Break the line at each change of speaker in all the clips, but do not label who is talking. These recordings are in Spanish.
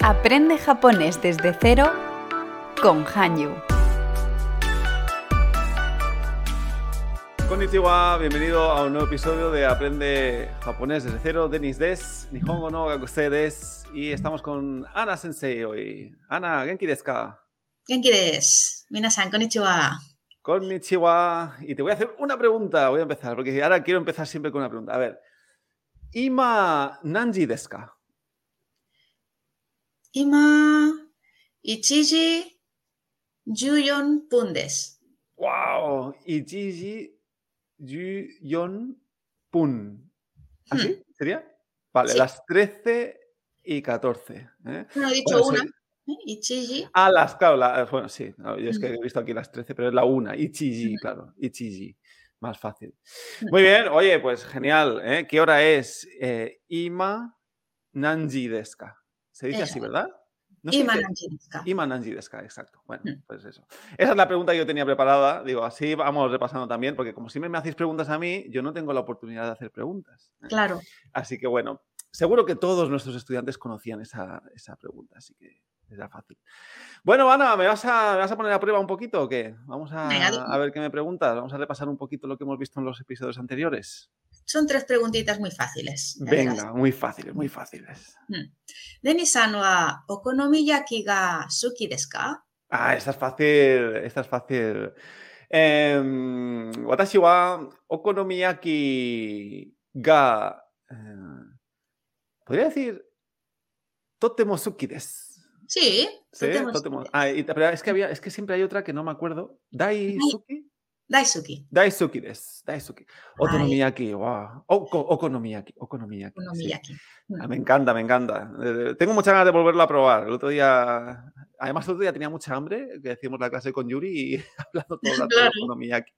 Aprende japonés desde cero con Hanyu.
Konnichiwa, bienvenido a un nuevo episodio de Aprende Japonés desde cero, Denis Des, Nihongo no Gakusei des, y estamos con Ana Sensei hoy. Ana, Genki desu ka?
元気です。皆さん、こんにちは。
Konnichiwa. Y te voy a hacer una pregunta, voy a empezar, porque ahora quiero empezar siempre con una pregunta. A ver, Ima Nanji desu ka?
今、1時14分です。
Wow, Ichiji Yuyon Pun. ¿Así sería? Vale,
Hmm. Sí.
las 13 y 14. ¿eh?
No he dicho
Bueno,
una.
sí.
¿eh? 1時、
Ah, las, claro, la- bueno, sí, no, yo es que
Ujú.
he visto aquí las 13, pero es la una, Ichiji, claro, Ichiji, más fácil.
Mm.
Muy bien, oye, pues genial, ¿eh? ¿Qué hora es? Eh, ima Nanji Deska. Se dice así,
Eso.
¿verdad? No se
今
dice-
何時ですか
Ima Nanji Deska, exacto. Bueno,
Mm.
pues eso. Esa es la pregunta que yo tenía preparada. Digo, así vamos repasando también, porque como siempre me hacéis preguntas a mí, yo no tengo la oportunidad de hacer preguntas. ¿eh?
Claro.
Así que bueno, seguro que todos nuestros estudiantes conocían esa, esa pregunta, así que era fácil. Bueno, Ana, ¿me vas, a, me vas a poner a prueba un poquito o qué? Vamos a,
Venga, dime.
a ver qué me preguntas. Vamos a repasar un poquito lo que hemos visto en los episodios anteriores.
Son tres preguntitas muy fáciles. ya verás. Mm.
Venga, muy fáciles, muy fáciles.
デニさんはお好み焼きが好きですか
Ah, esta es fácil, esta es fácil. Em, watashi wa okonomiyaki ga... eh, podría decir... Totemosuki desu.
sí.
Sí,
とても好き
Totemo. Ah, y- pero es que, había, es que siempre hay otra que no me acuerdo. Daisuki.
大好き。
Daisuki des. Daisuki. Okonomiyaki. Wow. Oko- okonomiyaki. Okonomiyaki.
お好
sí.
み焼き。
Ah, me encanta, me encanta. Eh, tengo muchas ganas de volverlo a probar. El otro día. Además, el otro día tenía mucha hambre, que decíamos la clase con Yuri y hablando todo el rato de
Claro.
okonomiyaki.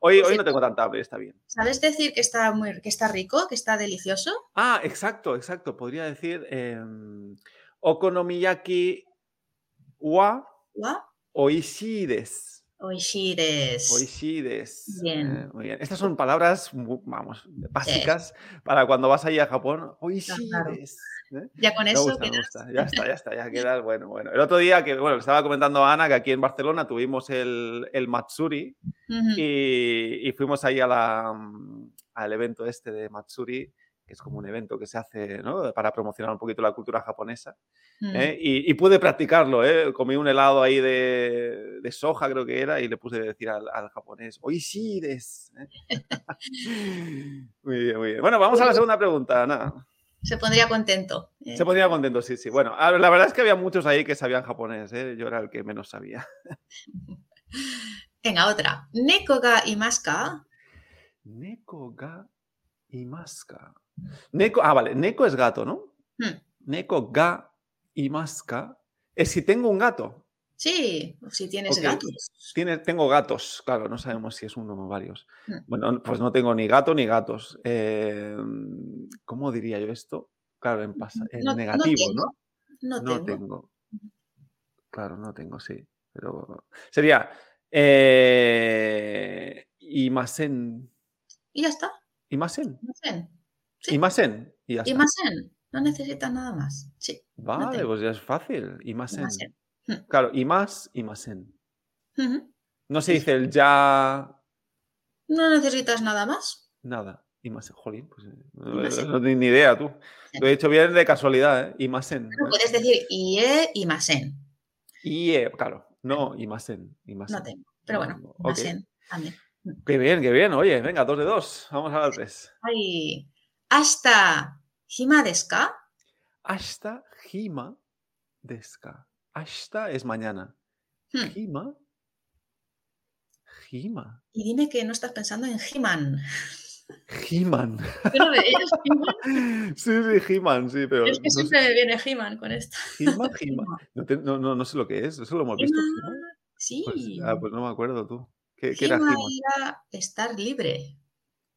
Hoy, hoy
Sí.
no tengo tanta hambre, está bien.
¿Sabes decir que está, muy, que está rico, que está delicioso?
Ah, exacto, exacto. Podría decir em, okonomiyaki wa
わ
oishii desu.
美味しいです。
Oishides.
Bien. Eh.
Eh, muy bien. Estas son palabras, mu- vamos, básicas para cuando vas ahí a Japón. Oishides. ¿eh?
Ya con
Me
eso,
gusta, me
queda-
gusta. Ya está, ya está, ya quedas. Bueno, bueno. El otro día que, bueno, le estaba comentando a Ana que aquí en Barcelona tuvimos el, el Matsuri
Ujú.
y, y fuimos ahí a la, mm, al evento este de Matsuri que es como un evento que se hace ¿no? para promocionar un poquito la cultura japonesa.
Ujú.
¿eh? Y, y pude practicarlo, ¿eh? comí un helado ahí de, de soja, creo que era, y le puse a decir al, al japonés, hoy sí des. muy bien, muy bien. Bueno, vamos a la segunda pregunta, Ana.
se pondría contento. eh.
Se ponía contento, sí, sí. Bueno, a ver, la verdad es que había muchos ahí que sabían japonés, ¿eh? yo era el que menos sabía.
Venga, otra. Neko ga imasu ka?
Neko ga imaska. Neko, ah, vale, neko es gato, ¿no?
Hmm.
Neko ga imaska es si tengo un gato.
Sí, si tienes
Ok.
gatos.
Tiene- tengo gatos, claro, no sabemos si es uno o varios.
Mm.
Bueno, pues no tengo ni gato ni gatos. Eh, ¿Cómo diría yo esto? Claro, en, pasa- en
No- no
eh, negativo,
tengo,
¿no?
No, tengo.
Claro, no tengo, sí. Pero sería eh, Imasen.
Y ya está.
Imasen.
Imasen. Sí.
Imasen. Y ya está.
Imasen. No necesitas nada más. Sí.
Vale,
tengo.
pues ya es fácil. Imasen.
Imasen. mm.
Claro, Imas, Imasen.
Ujú.
No se dice el ya
No necesitas nada más.
Nada. Y más jolín, pues eh, no,
Imasen.
no tienes ni idea tú.
Sí.
Lo he dicho bien de casualidad, ¿eh? Y más en.
No puedes decir IE Imasen.
Y eh, claro, no, y más en. Y más
No
en.
tengo. Pero bueno,
No, ok.
Imasen también.
Qué bien, qué bien. Oye, venga, dos de dos. Vamos a la tres.
Ay. Hasta hima desu ka?
Hasta Hima Deska. Hasta es mañana.
Hmm.
Hima. Hima.
Y dime que no estás pensando en He-Man.
Himan.
Pero de ellos, He-Man,
sí, sí, Himan, sí, pero.
yo es que
no sé,
siempre me viene He-Man con esto.
Hima, Hima. No, te- no, no, no sé lo que es. Eso lo hemos visto.
Hima.
¿no?
Sí.
Pues, ah, pues no me acuerdo tú. ¿Qué, qué era
Hima
Hima?
era estar libre,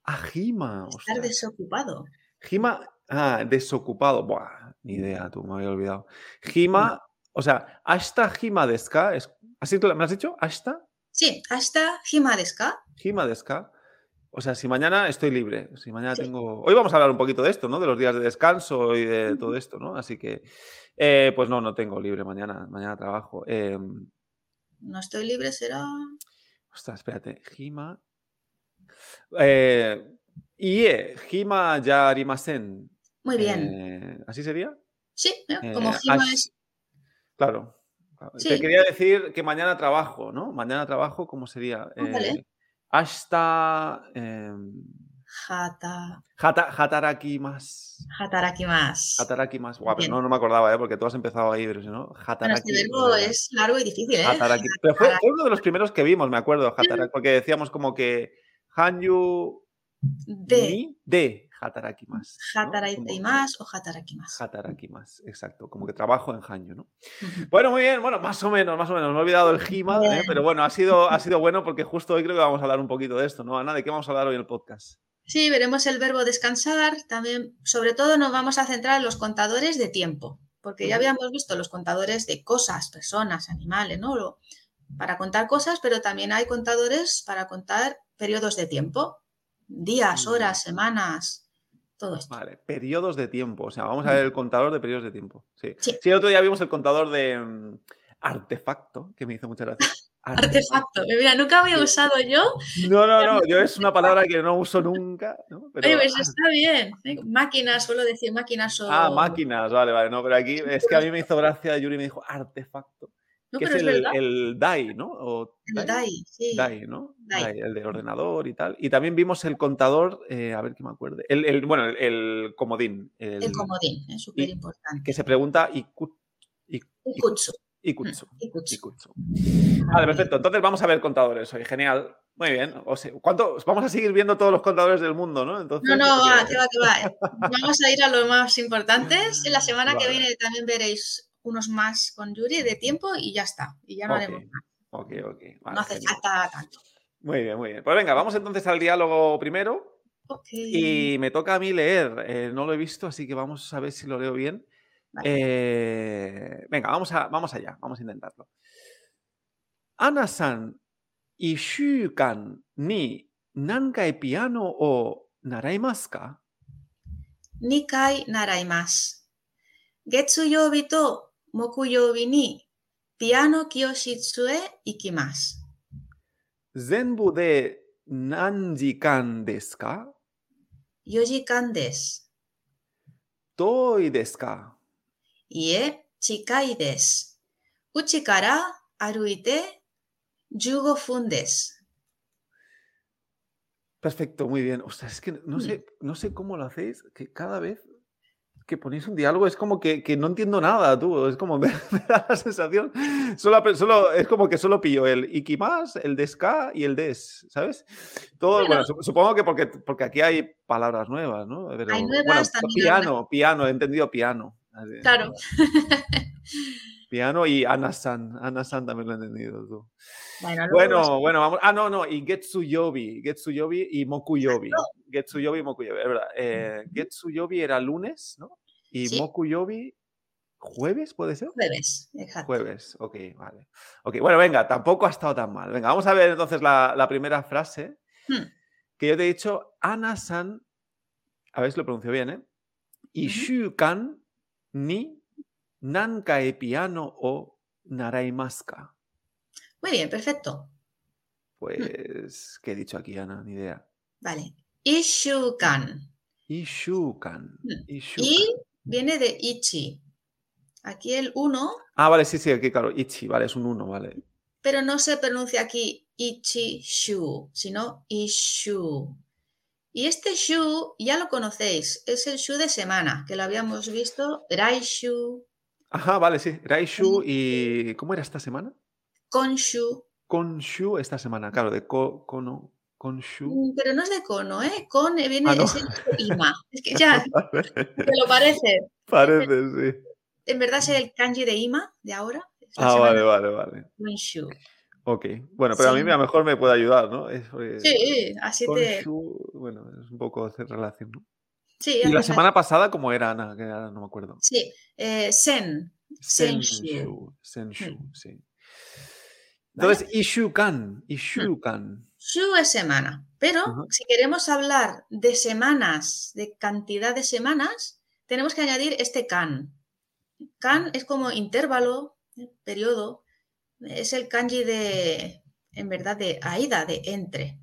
Ah, Hima.
estar desocupado.
Hima, ah, desocupado. Buah, ni idea, tú me había olvidado. Hima, o sea, hasta Hima deska. Es, ¿así te lo- ¿Me has dicho? Hasta
Sí, hasta Hima desu ka?
Hima deska. O sea, si mañana estoy libre, si mañana
Sí.
tengo... Hoy vamos a hablar un poquito de esto, ¿no? De los días de descanso y de todo esto, ¿no? Así que, eh, pues no, no tengo libre mañana, mañana trabajo. Eh,
No estoy libre, será.
ostras, espérate, Hima... Eh, Ie, Hima Yarimasen.
Muy bien.
Eh, ¿Así sería?
sí, ¿eh? como
eh,
Gima
Ash-
es.
Claro. claro. Te
Sí.
quería decir que mañana trabajo, ¿no? Mañana trabajo, ¿cómo sería?
Ah, vale.
Eh, hasta eh,
Hata,
hata- hataraki más.
hataraki más.
Hataraki más. Guau, pero
Bien.
no, no me acordaba, ¿eh? Porque tú has empezado ahí, pero si no,
Bueno,
hataraki.
este verbo es largo y difícil, ¿eh?
hataraki. Pero fue, fue uno de los primeros que vimos, me acuerdo, hataraki, porque decíamos como que hanyu
De
ni de hataraki más. ¿no? Como
hataraki
que-
más o hataraki más.
Hataraki más, exacto, como que trabajo en Hanyu, ¿no? Bueno, muy bien, bueno, más o menos, más o menos, me he olvidado el Gima,
Bien.
pero bueno, ha sido, ha sido bueno porque justo hoy creo que vamos a hablar un poquito de esto, ¿no, Ana? ¿De qué vamos a hablar hoy en el podcast?
Sí, veremos el verbo descansar. También, sobre todo, nos vamos a centrar en los contadores de tiempo, porque ya
Ujú.
habíamos visto los contadores de cosas, personas, animales, ¿no? Lo- para contar cosas, pero también hay contadores para contar periodos de tiempo, días,
Mm.
horas, semanas, todo esto.
Vale, periodos de tiempo, o sea, vamos a ver el contador de periodos de tiempo. Sí,
Sí.
el otro día vimos el contador de mm, artefacto, que me hizo muchas gracias.
Artefacto. Mira, nunca había
Sí.
usado yo.
No, no, no, yo es una palabra que no uso nunca, ¿no? Pero-
Oye, pues está bien. ¿eh? Máquinas, suelo decir máquinas o.
ah, máquinas, vale, vale, no, pero aquí es que a mí me hizo gracia, Yuri me dijo artefacto,
No,
que
pero
es
es,
el,
verdad.
el DAI, ¿no? O
El DAI, sí.
DAI, ¿no?
DAI.
DAI, el de ordenador y tal. Y también vimos el contador, eh, a ver que me acuerde. El, el- bueno, el, el comodín. El,
El comodín, es súper importante.
Que se pregunta Iku- Ik-
Ikutsu.
Ikutsu.
Ikutsu.
Ikutsu. Vale, perfecto. Entonces vamos a ver contadores hoy. Genial. Muy bien. O sea, ¿cuántos? Vamos a seguir viendo todos los contadores del mundo, ¿no? Entonces,
No, no, ah, va,
porque-
que va, que va. Vamos a ir a los más importantes. En La semana que
Vale.
viene también veréis unos más con Yuri de tiempo y ya está. Y ya no
Ok,
haremos más.
Ok, ok. Vale,
No hace
genial.
falta tanto.
Muy bien, muy bien. Pues venga, vamos entonces al diálogo primero.
Ok.
Y me toca a mí leer. eh, no lo he visto, así que vamos a ver si lo leo bien.
Vale.
Eh, venga, vamos, a, vamos allá, vamos a intentarlo. Ana-san, ¿ishukan ni nankai piano o naraimasu ka?
Nikai naraimasu. Getsuyobi to mokuyobi ni piano kyoshitsu e ikimasu.
¿Zenbu de nanjikan desu ka?
4時間です。
¿Toi desu ka?
家、近いです。うちから歩いて15分です。
Perfecto, muy bien. O sea, es que no
Mm.
sé, no sé cómo lo hacéis, que cada vez que ponéis un diálogo es como que, que no entiendo nada, tú. Es como, me, da la sensación. Solo, apre- solo- es como que solo pillo el Ikimas, el Deska y el Des, ¿sabes? Todo, bueno,
Bueno.
sup- supongo que porque, porque aquí hay palabras nuevas, ¿no? Pero,
Hay nuevas,
bueno,
también hay
piano, piano, he entendido piano. Así,
Claro.
Piano y Ana-san. Ana-san también lo he entendido tú.
Bueno, luego vas-
Bueno, bueno, vamos. Ah, no, no, y Getsuyobi, Getsuyobi y Mokuyobi. Getsuyobi y Mokuyobi, es verdad. Eh, Getsuyobi era lunes, ¿no? Y
Sí.
Mokuyobi, jueves, ¿puede ser?
jueves. Exacto.
Jueves, ok, vale. Ok, bueno, venga, tampoco ha estado tan mal. Venga, vamos a ver entonces la, la primera frase
Hmm.
que yo te he dicho, Ana-san, a ver si lo pronuncio bien, ¿eh? Y shukan ni nankae piano o naraimaska.
Muy bien, perfecto.
Pues, ¿qué he dicho aquí, Ana? Ni idea.
Vale. Ishukan.
Ishukan.
Mm.
Ishukan.
Y viene de Ichi. Aquí el 1,
Ah, vale, sí, sí, aquí, claro. Ichi, vale, es un 1, vale.
pero no se pronuncia aquí Ichi Shu, sino Ishu. Y este Shu ya lo conocéis, es el Shu de semana, que lo habíamos visto, Raishu,
Ajá, vale, sí. Raishu y. ¿Cómo era esta semana?
Konshu,
Konshu esta semana, claro, de ko, kono. Konshu.
Mm, Pero no es de cono, ¿eh? Con viene
Ah, no.
es el ima. Es que ya, te lo parece.
Parece, sí.
En verdad es el kanji de ima de ahora. es la
Ah, vale,
semana
vale, vale.
Bunshu.
Ok. Bueno, pero a mí
Sí.
a lo mejor me puede ayudar, ¿no? Es, eh,
Sí, así te.
Konshu, bueno, es un poco de relación, ¿no? Y
Sí,
la
haces así.
semana pasada, ¿cómo era, Ana? Que ahora no me acuerdo.
Sí, eh, sen. Senshu.
Senshu.
Hmm.
Senshu,
Hmm.
sí. Entonces, Ishukan. Ishukan.
Shu es semana. Pero
Ujú.
si queremos hablar de semanas, de cantidad de semanas, tenemos que añadir este can. Can es como intervalo, eh, periodo. Es el kanji de, en verdad, de aida, de entre.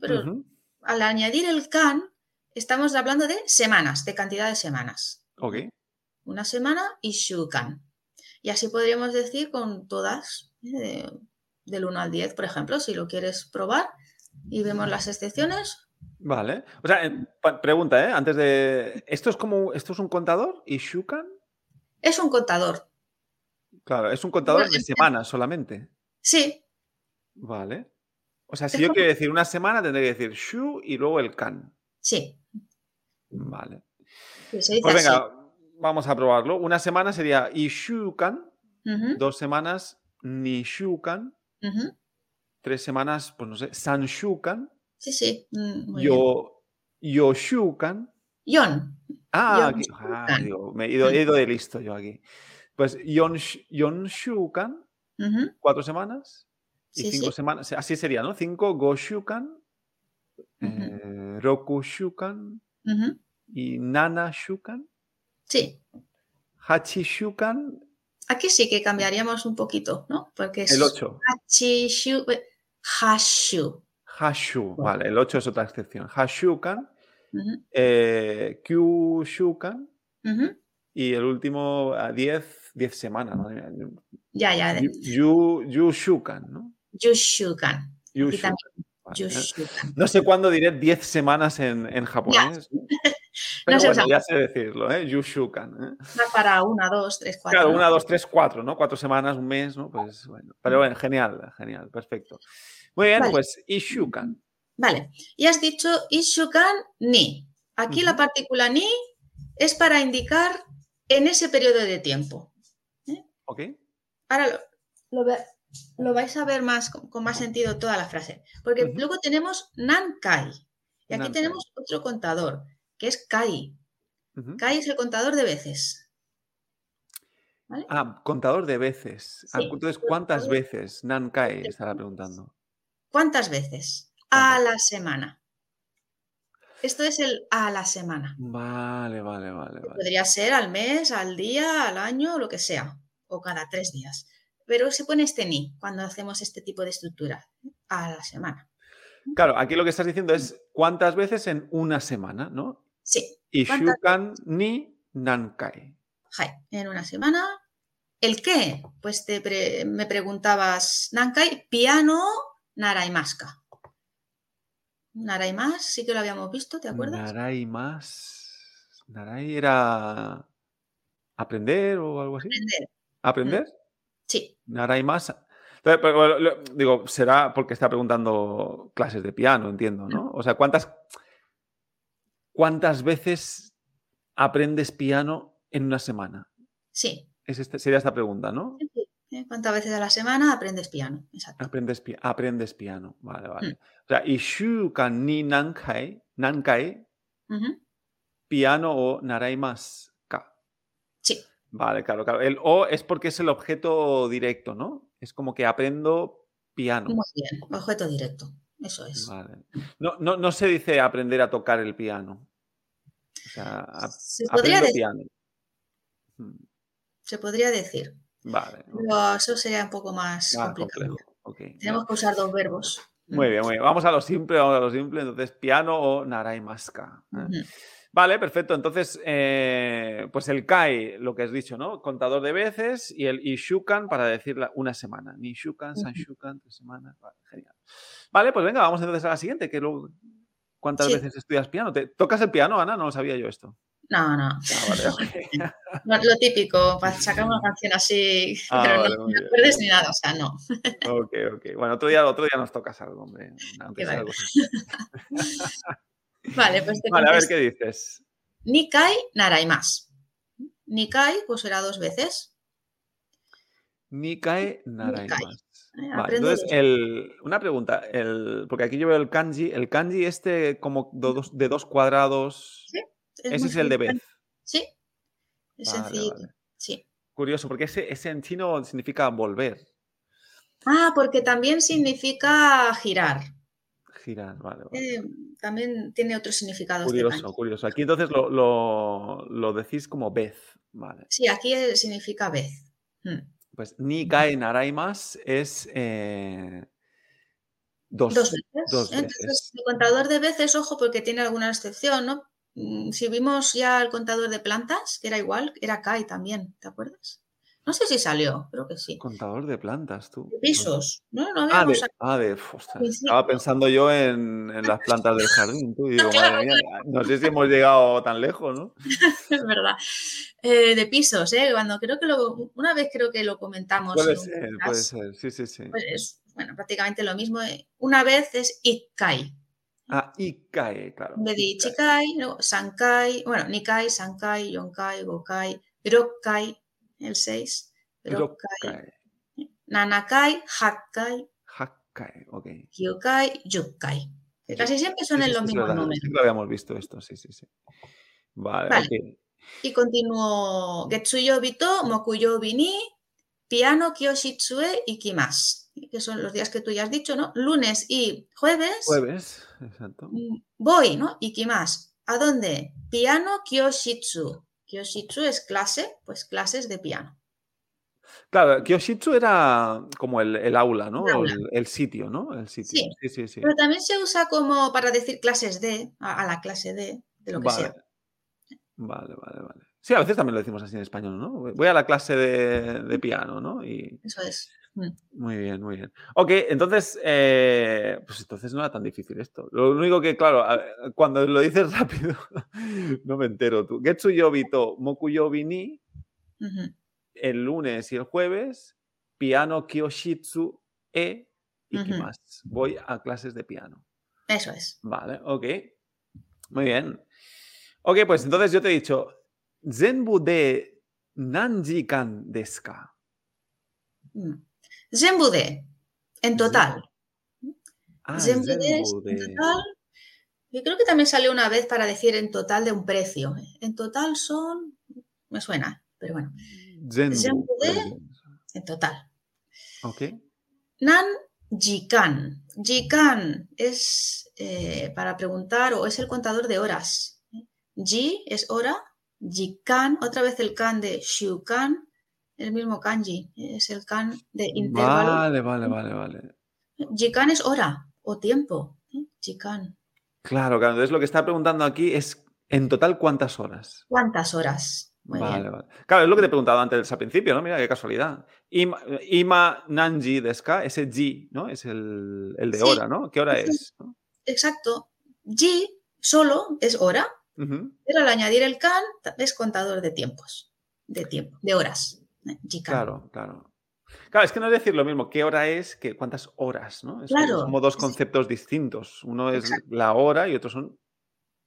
Pero
Ujú.
al añadir el can, estamos hablando de semanas, de cantidad de semanas.
Ok.
Una semana y shukan. Y así podríamos decir con todas, ¿eh? de- del 1 al 10, por ejemplo, si lo quieres probar y vemos las excepciones,
Vale. O sea, eh, pa- pregunta, ¿eh? Antes de. ¿Esto es como. ¿Esto es un contador? ¿Y Shukan?
Es un contador.
Claro, es un contador de
es que-
semanas solamente.
Sí,
Vale. O sea,
Es
si yo
como-
quiero decir una semana, tendré que decir Shu y luego el Kan.
sí.
Vale.
que se dice
Pues
así.
venga, vamos a probarlo. Una semana sería Ishukan,
Ujú,
dos semanas Nishukan,
ujú.
tres semanas, pues no sé, Sanshukan,
Sí, sí. mm, muy bien.
Yo, Yoshukan.
Yon.
Ah,
Yon
aquí- ah,
Shukan.
digo, me he ido, he ido de listo yo aquí. Pues Yon, Yonshukan,
ujú,
cuatro semanas y
Sí,
cinco
sí.
semanas. Así sería, ¿no? Cinco Goshukan, eh, Rokushukan
ujú,
y Nanashukan,
Sí.
Hachishukan,
Aquí sí que cambiaríamos un poquito, ¿no? Porque es
el 8.
Hachishu, eh, Hashu.
Hashu, vale, el 8 es otra excepción. Hashukan,
ujú,
eh, Kyushukan
ujú.
y el último a 10, 10 semanas, madre mía.
Ya, ya. de-
Yu- Yushukan, ¿no?
Yushukan. Aquí
Yushukan,
también,
vale.
Yushukan.
No sé cuándo diré 10 semanas en, en japonés. Pero
sé
bueno,
exacto.
ya sé decirlo, ¿eh? Yushukan. ¿eh?
Una para una, dos, tres, cuatro.
Claro,
¿no?
una, dos, tres, cuatro, ¿no? Cuatro semanas, un mes, ¿no? Pues bueno. Pero bueno, genial, genial, perfecto. Muy bien,
Vale.
pues Ishukan.
Vale, y has dicho Ishukan ni. Aquí la
Ujú.
partícula ni es para indicar en ese periodo de tiempo.
¿Ok?
Ahora lo, lo ve- lo vais a ver más con, con más sentido toda la frase. Porque
Ujú.
luego tenemos Nankai. Y aquí
Nankai.
tenemos otro contador, que es Kai.
Ujú.
Kai es el contador de veces.
Ah, contador de veces. Ah,
Sí.
entonces, ¿cuántas
Contador.
veces Nankai estará preguntando?
¿Cuántas veces? A
¿Cuántas?
la semana. Esto es el a la semana.
Vale, vale, vale,
que
vale.
Podría ser al mes, al día, al año, lo que sea, o cada tres días. Pero se pone este ni cuando hacemos este tipo de estructura a la semana.
Claro, aquí lo que estás diciendo es cuántas veces en una semana, ¿no?
Sí, ¿Cuántas
Ishukan ni Nankai.
hai, en una semana. ¿El qué? Pues te pre- me preguntabas, Nankai, piano, naraimaska. Naraimas, sí que lo habíamos visto, ¿te acuerdas?
Narai más. Narai era aprender o algo así.
Aprender,
¿Aprender?
Sí,
Narai más. Entonces, pero, bueno, lo- digo, será porque está preguntando clases de piano, entiendo, ¿no? O sea, ¿cuántas, cuántas veces aprendes piano en una semana?
sí.
Es este- sería esta pregunta, ¿no?
¿Eh? ¿Cuántas veces a la semana aprendes piano? Exacto.
Aprendes, pi- aprendes piano. Vale,
Mm.
vale. O sea, Ishukan ni Nankai, Nankai,
Ujú,
piano o Narai más Ka.
Sí,
Vale, claro, claro. El O es porque es el objeto directo, ¿no? Es como que aprendo piano.
muy bien. Objeto directo. Eso es.
Vale. No, no, no se dice aprender a tocar el piano. O sea, a-
Se podría,
ah, aprendo
de-
piano. Mm,
se podría decir,
Vale. ok,
pero eso sería un poco más
más
complicado.
complejo. ok,
Tenemos que usar dos verbos.
bien. Muy bien, muy bien. Vamos a lo simple, vamos a lo simple. Entonces, piano o narai masca. ¿eh?
Ujú.
Vale, perfecto. Entonces, eh, pues el Kai, lo que has dicho, ¿no? Contador de veces y el Ishukan para decir la- una semana. Ni Shukan, San Shukan, tres semanas. Vale, genial. Vale, pues venga, vamos entonces a la siguiente, que luego. ¿Cuántas
Sí.
veces estudias piano? ¿Te, ¿Tocas el piano, Ana? No lo sabía yo esto.
No, no,
Ah, vale, ok.
No, Lo típico, para sacar una canción así,
Ah,
pero
vale,
no,
muy
no
bien.
acuerdes ni nada, o sea, no.
Ok, ok. Bueno, otro día, otro día nos tocas algo, hombre. aunque
Qué
sea
vale.
algo simple.
Vale, pues te
Vale, a ver
contesto.
qué dices.
Nikai Naraimas. Nikai, pues será dos veces.
Nikae
Nikae.
Naraimas. Vale,
aprendo
entonces,
dos.
el, una pregunta, el, porque aquí yo veo el kanji, el kanji este como do- dos- de dos cuadrados,
Sí, es
ese
muy
es el de
sencillo.
vez.
Sí, es
Vale,
sencillo.
vale.
Sí.
Curioso, porque ese, ese en chino significa volver,
Ah, porque también significa girar.
Giran, vale. vale.
Eh, también tiene este otros significados. de
Curioso,
kanji.
curioso. Aquí entonces lo, lo- lo decís como Beth. Vale.
Sí, aquí eh, significa vez. Mm.
Pues ni cae naraimas es eh, dos.
Dos veces.
dos veces.
Entonces, el contador de veces, ojo, porque tiene alguna excepción, ¿no? Mm, Si vimos ya el contador de plantas, que era igual, era Kai también, ¿te acuerdas? No sé si salió, creo que sí.
Contador de plantas, tú.
De pisos, ¿no? No
Ah, de,
habíamos
ah, de- ostras,
Sí, sí.
estaba pensando yo en, en las plantas del jardín, tú, y digo,
Claro,
madre mía, no sé si hemos llegado tan lejos, ¿no?
es verdad. Eh, de pisos, ¿eh? Cuando creo que lo, una vez creo que lo comentamos.
Puede
en un
ser,
podcast,
puede ser, sí, sí, sí.
pues es, bueno, prácticamente lo mismo. eh. Una vez es Ikkai.
Ah, y cae, claro.
En vez de
y cae.
Ichikai, luego Sankai, bueno, Nikai, Sankai, Yonkai, Gokai, Rokkai, el 6, Rokkai,
Cae,
Nanakai, Hakkai,
ja, cae, ok. Sí,
Kyokai, Yukkai. Que Casi siempre son
sí,
en los
sí, es
mismos
verdad,
números.
sí que lo habíamos visto esto, sí, sí, sí. Vale,
Vale. pues
ok.
Y continuó Getsuyo Bito, Mokuyo Bini, Piano Kyoshitsue y Kimas, que son los días que tú ya has dicho, ¿no? Lunes y jueves.
Jueves, exacto.
mm, Voy, ¿no? Y Kimas. ¿A dónde? Piano Kyoshitsu. Kyoshitsu es clase, pues clases de piano.
Claro, Kyoshitsu era como el, el aula, ¿no?
El
O
aula.
El, el sitio, ¿no? El sitio.
Sí.
sí, sí. sí.
Pero también se usa como para decir clases de, a, a la clase de, de lo que sea.
Vale, vale, vale. Sí, a veces también lo decimos así en español, ¿no? Voy a la clase de, de piano, ¿no? Y
Eso es.
muy bien, muy bien. Ok, entonces, eh, pues entonces no era tan difícil esto. Lo único que, claro, a- cuando lo dices rápido, no me entero tú. Getsuyo Bito, Mokuyo Bini,
Ujú.
el lunes y el jueves, piano Kyoshitsu E y qué
Ujú.
más. Voy a clases de piano.
Eso es.
Vale, ok. Muy bien. Ok, pues entonces yo te he dicho, Zenbu de Nanjikan Deska.
Mm. Zenbu de, en total.
Ah,
Zenbu de es en total. Yo creo que también salió una vez para decir en total de un precio. En total son, me suena, pero bueno,
Zenbu.
Zenbu de-
perdón.
en total.
Ok.
Nan Jikan. Jikan es eh, para preguntar o es el contador de horas. Ji es hora, Jikan, otra vez el kan de Shukan, el mismo kanji, es el kan de intervalo.
Vale, vale, vale, vale.
Jikan es hora o tiempo. ¿eh? Jikan.
Claro, claro. Entonces lo que está preguntando aquí es, en total, ¿cuántas horas?
¿Cuántas horas? Muy bien.
vale, vale. Claro, es lo que te he preguntado antes al principio, ¿no? Mira, qué casualidad. Ima, Ima Nanji Deska, ese G, ¿no? Es el, el de
Sí.
hora, ¿no? ¿Qué hora
Sí.
es? ¿no?
Exacto. Ji solo es hora,
Ujú.
pero al añadir el kan es contador de tiempos, de tiempo, de horas. ¿eh? Jikan.
Claro, claro. Claro, es que no es decir lo mismo qué hora es que cuántas horas, ¿no? Es como-
Claro,
como dos
sí.
conceptos distintos. Uno es
Exacto.
la hora y otro son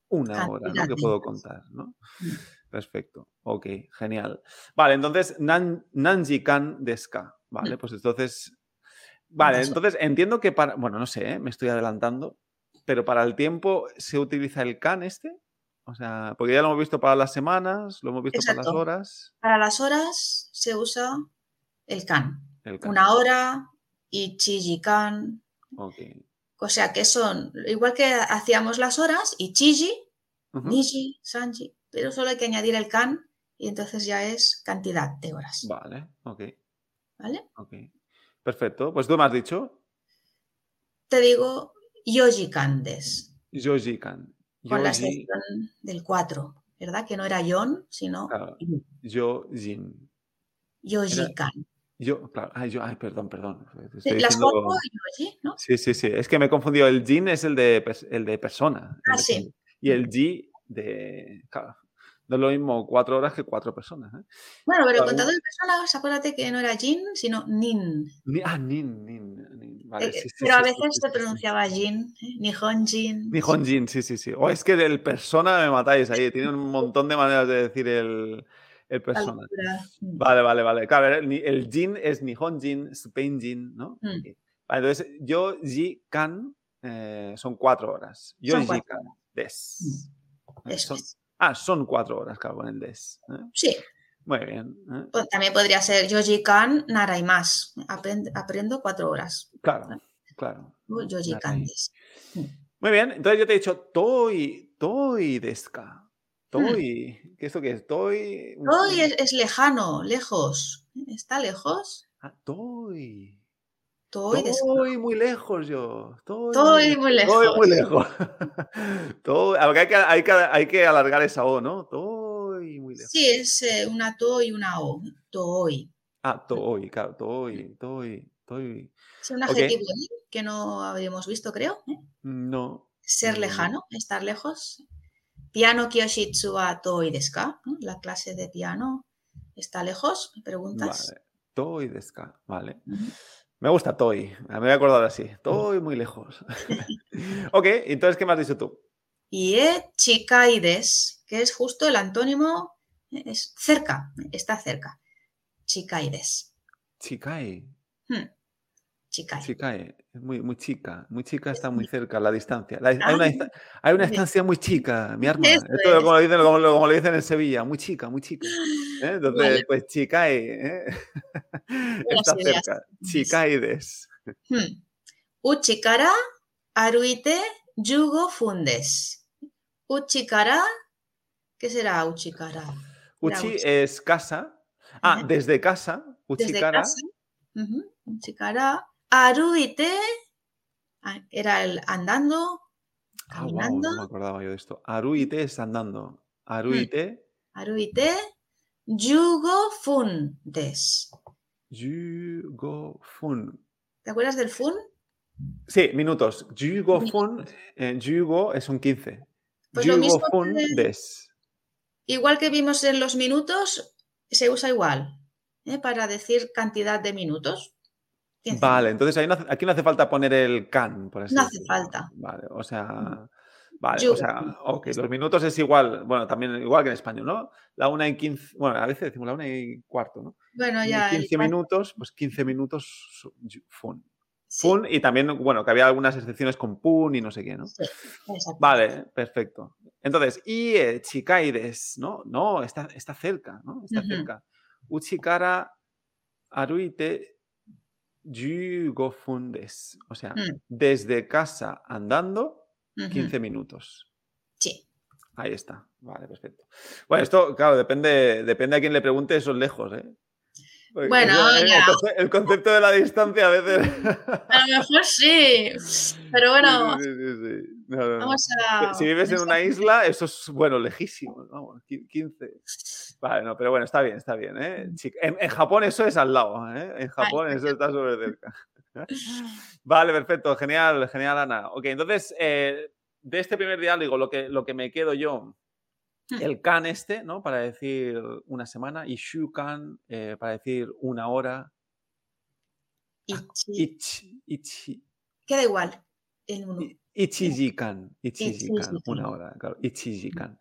una hora, ¿no?
Cantidad
Que
de
puedo
horas.
contar, ¿no?
Mm.
Perfecto. Ok, genial. Vale, entonces, nan, Nanji Kan Deska. Vale,
Mm.
pues entonces. Vale,
Entonces-
entonces entiendo que para. Bueno, no sé, ¿eh? me estoy adelantando. Pero para el tiempo, ¿se utiliza el can este? O sea, porque ya lo hemos visto para las semanas, lo hemos visto para las
Exacto.
horas.
Para las horas se usa el kan.
El can.
Una hora y chijikan.
Ok.
O sea que son, igual que hacíamos las horas, y chiji,
Ujú.
niji, sanji, pero solo hay que añadir el kan y entonces ya es cantidad de horas.
Vale, ok,
¿Vale?
ok. Perfecto. Pues tú me has dicho
Te digo yojikan des,
Yojikan.
con la
Yoji,
excepción del 4, ¿verdad? Que no era yon, sino
claro,
yo.
Yojin.
yojikan.
Yo, claro, ay, yo, ay, perdón, perdón. Estoy
Las
diciendo-
cuatro yoji, ¿no?
Sí, sí, sí. Es que me he confundido. El Jin es el de, pers- el de persona. el
Ah,
de
sí.
persona. Y el Ji de. Claro, no es lo mismo cuatro horas que cuatro personas. ¿eh?
Bueno, pero
Vale.
contador de personas, acuérdate que no era jin, sino nin.
Ni- ah, Nin, Nin, Nin. Vale,
Eh,
sí, sí,
pero a
sí, sí,
veces
sí,
se
sí, sí.
pronunciaba Jin, ¿eh? Nihon Jin.
Nihon Jin, sí, sí, sí. O es que el persona me matáis ahí. Tiene un montón de maneras de decir el, el persona.
Altura. Mm.
Vale, vale, vale. Claro, el, ni- el Jin es Nihon Jin, Spain Jin, ¿no?
Mm.
Ok. Vale, entonces, yo, Ji, Kan, eh, son cuatro horas. Yo,
Son
Ji,
cuatro Mm.
Kan, Des. Eh,
Eso
son-
es.
ah, son cuatro horas, claro, con el Des. ¿eh?
Sí, pues
Muy bien. ¿eh?
po- también podría ser Yoji Kan Naraimas. Aprend- aprendo cuatro horas.
Claro. Claro.
o Yoji
Narrai.
Kandes.
Muy bien, entonces yo te he dicho toy, toy
Mm.
desca. Toy. ¿Qué esto qué es? Toy. un-
Hoy es, es lejano, lejos. ¿Está lejos?
Ah, toy.
Toy, des-
Toy muy lejos yo. Toy.
Toy muy lejos.
Toy muy lejos. Toy. Aunque Hay que, hay, que, hay que alargar esa O, ¿no? Toy muy lejos.
Sí, es eh, una to y una o. Toy.
Ah, toy, claro. Toy, toy, toy.
Es un
Ok.
adjetivo ¿eh? que no habríamos visto, creo. ¿eh?
No.
Ser
Mm.
lejano, estar lejos. Piano Kyoshitsu wa toy desu ka? ¿no? La clase de piano está lejos, me preguntas.
Vale. Toy desca. Vale.
Ujú.
Me gusta Toy. Me voy a acordar así. Toy muy lejos. ok, entonces, ¿qué me has dicho tú?
Y e chikaides, que es justo el antónimo, eh, es cerca, está cerca. Chikaides.
Chikai.
Chikai.
Chicae, e, es muy, muy chica, muy chica está muy cerca la distancia. La- hay, una, dista- hay una
sí.
estancia muy chica, mi arma.
Eso
Esto
es.
como, lo dicen, como, lo- como lo dicen en Sevilla, muy chica, muy chica. ¿eh? Entonces,
Vale.
pues chicae, ¿eh? está
ideas.
cerca. e Chicaides.
Hmm. Uchi kara aruite yugo fundes. Uchi kara, ¿qué será uchi kara?
Uchi
uchi.
es casa. Ah,
Ajá.
desde casa,
Desde
Uchikara.
casa. Ujú, Uchi kara aruite, ah, era el andando,
Ah, wow,
caminando.
no me acordaba yo de esto. Aruite es andando.
Mm.
Aruite,
aruite, yugo fundes.
yugofun.
¿Te acuerdas del fun?
Sí, minutos. Yugo fun, eh, yugo es un 15.
Pues lo
yugo
mismo
fun
que-
des.
Igual que vimos en los minutos, se usa igual ¿eh? para decir cantidad de minutos. Piensa.
Vale, entonces ahí no hace- aquí no hace falta poner el can, por así
No hace
decirlo.
falta. Mm.
Vale, o sea. Vale, o
Yugo
sea,
fun.
ok, los minutos es igual, bueno, también igual que en español, ¿no? La una y quince, bueno, a veces decimos la una y cuarto, ¿no?
Bueno,
Y
Ah, ya. el
15
cuarto,
minutos, pues 15 minutos su- yu- fun.
sí,
Fun y también, bueno, que había algunas excepciones con pun y no sé qué, ¿no?
sí, exacto.
Vale, perfecto. Entonces, y eh, Chikaides, ¿no? No, está, está cerca, ¿no? Está
Ujú.
cerca. Uchikara aruite yugo fundes. O sea,
Mm.
desde casa andando,
Ujú,
15 minutos.
Sí,
Ahí está. Vale, perfecto. Bueno, esto, claro, depende, depende a quién le pregunte, son lejos, ¿eh? Porque, eh,
Bueno,
el
ya.
conce- El concepto de la distancia a veces.
a lo mejor sí, pero bueno,
Sí, sí, sí, sí. No, no, no.
vamos
Que
a.
Si vives en una isla, eso es, bueno, lejísimo, vamos, qui- 15. Vale, no, pero bueno, está bien, está bien. ¿eh?
Mm. Ah,
Chica- En, en Japón eso es al lado, ¿eh? en Japón eso está sobre cerca. Vale, perfecto, genial, genial, Ana. Ok, entonces, eh, de este primer diálogo, lo que, lo que me quedo yo,
Mm.
el kan este, ¿no? Para decir una semana, y shukan eh, para decir una hora,
Ichi-
ichi, ichi,
Queda igual. En uno.
I- Ichijikan, Ichijikan,
Ichijikan.
una hora, claro, Ichijikan.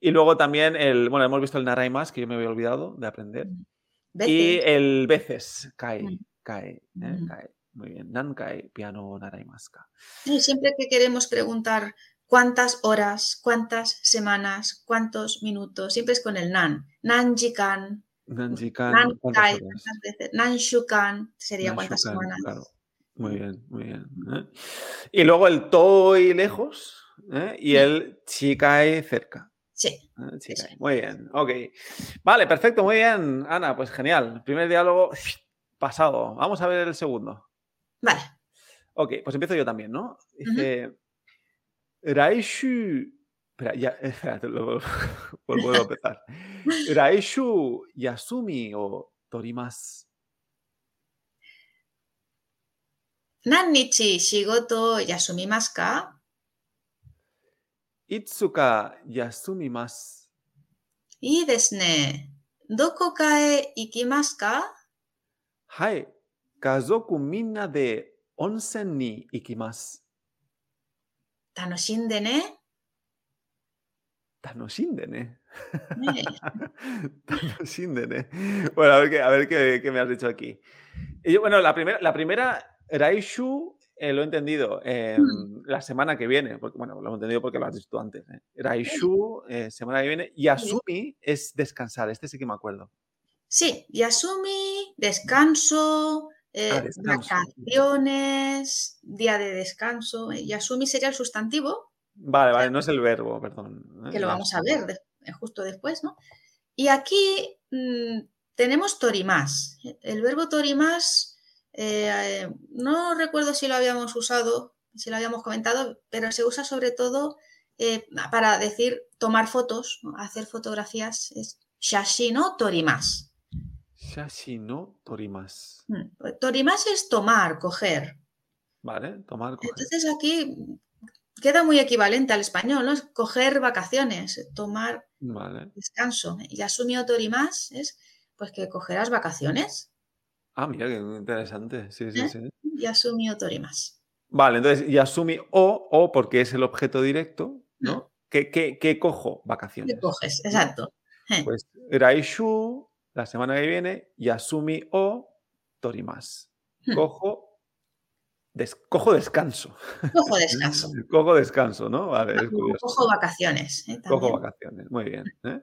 Y luego también el, bueno, hemos visto el Narai más, que yo me había olvidado de aprender. Y
Veces.
el veces, Kai,
Mm.
Kai, eh,
Mm.
Kai. Muy bien, Nankai, piano Narai más, ka.
Y Siempre que queremos preguntar cuántas horas, cuántas semanas, cuántos minutos, siempre es con el nan. Nanjikan,
Nanjikan, ¿cuántas
Nankai,
horas?
cuántas veces. Nanshukan sería cuántas
Nanshukan,
semanas.
claro. Muy bien, muy bien. ¿eh? Y luego el Toi lejos ¿eh? y el Chikai cerca.
Sí,
Ah, chica,
Eso es.
Muy bien, ok. Vale, perfecto, muy bien, Ana, pues genial. Primer diálogo pasado. Vamos a ver el segundo.
vale.
Ok, pues empiezo yo también, ¿no? Dice, Raishu... Espera, ya, espera, te lo vuelvo a empezar. Raishu Yasumi o Torimas.
Nannichi shigoto yasumimasu ka?
Itsuka Yasumi más.
いいですね。どこかへ行きますか
Hai, Kazoku Minna de Onsen ni Ikimas.
楽しん でね。
Tanoshinden, ¿eh?
ね
Tanto Shinden, ¿eh? Bueno, a ver qué, a ver qué, qué me has dicho aquí. Y yo, bueno, la primera, la primera Raishu, eh, lo he entendido, eh, la semana que viene, porque, bueno, lo he entendido porque lo has dicho tú antes. ¿eh? Raishu, eh, semana que viene, y Asumi es descansar, este sí que me acuerdo.
sí, yasumi, descanso, eh,
Ah, descanso.
vacaciones, día de descanso. eh, Yasumi sería el sustantivo,
Vale, vale, no es el verbo, perdón. ¿eh?
que lo vamos a ver de- eh, justo después, ¿no? Y aquí mm, tenemos torimás. El verbo torimás, eh, no recuerdo si lo habíamos usado, si lo habíamos comentado, pero se usa sobre todo eh, para decir tomar fotos, ¿no? hacer fotografías, es shashino torimás.
Shashi no torimas.
Mm, Torimás es tomar, coger.
Vale, tomar, coger.
Entonces aquí queda muy equivalente al español, ¿no? Es coger vacaciones, tomar
Vale.
descanso. Y asumió Torimás es pues que cogerás vacaciones.
Ah, mira, qué interesante. Sí, sí,
¿Eh?
sí.
Y asumió Torimás.
Vale, entonces Yasumi o, o porque es el objeto directo, ¿no? ¿Qué, qué- qué cojo? Vacaciones.
Te coges, exacto. Eh,
Pues Raishu, la semana que viene, Yasumi o Torimas.
Hmm.
Cojo, des- cojo descanso.
Cojo descanso.
Cojo descanso, ¿no? Vale, es
Como
curioso.
Cojo vacaciones. eh,
Cojo
también.
vacaciones, muy bien. ¿eh?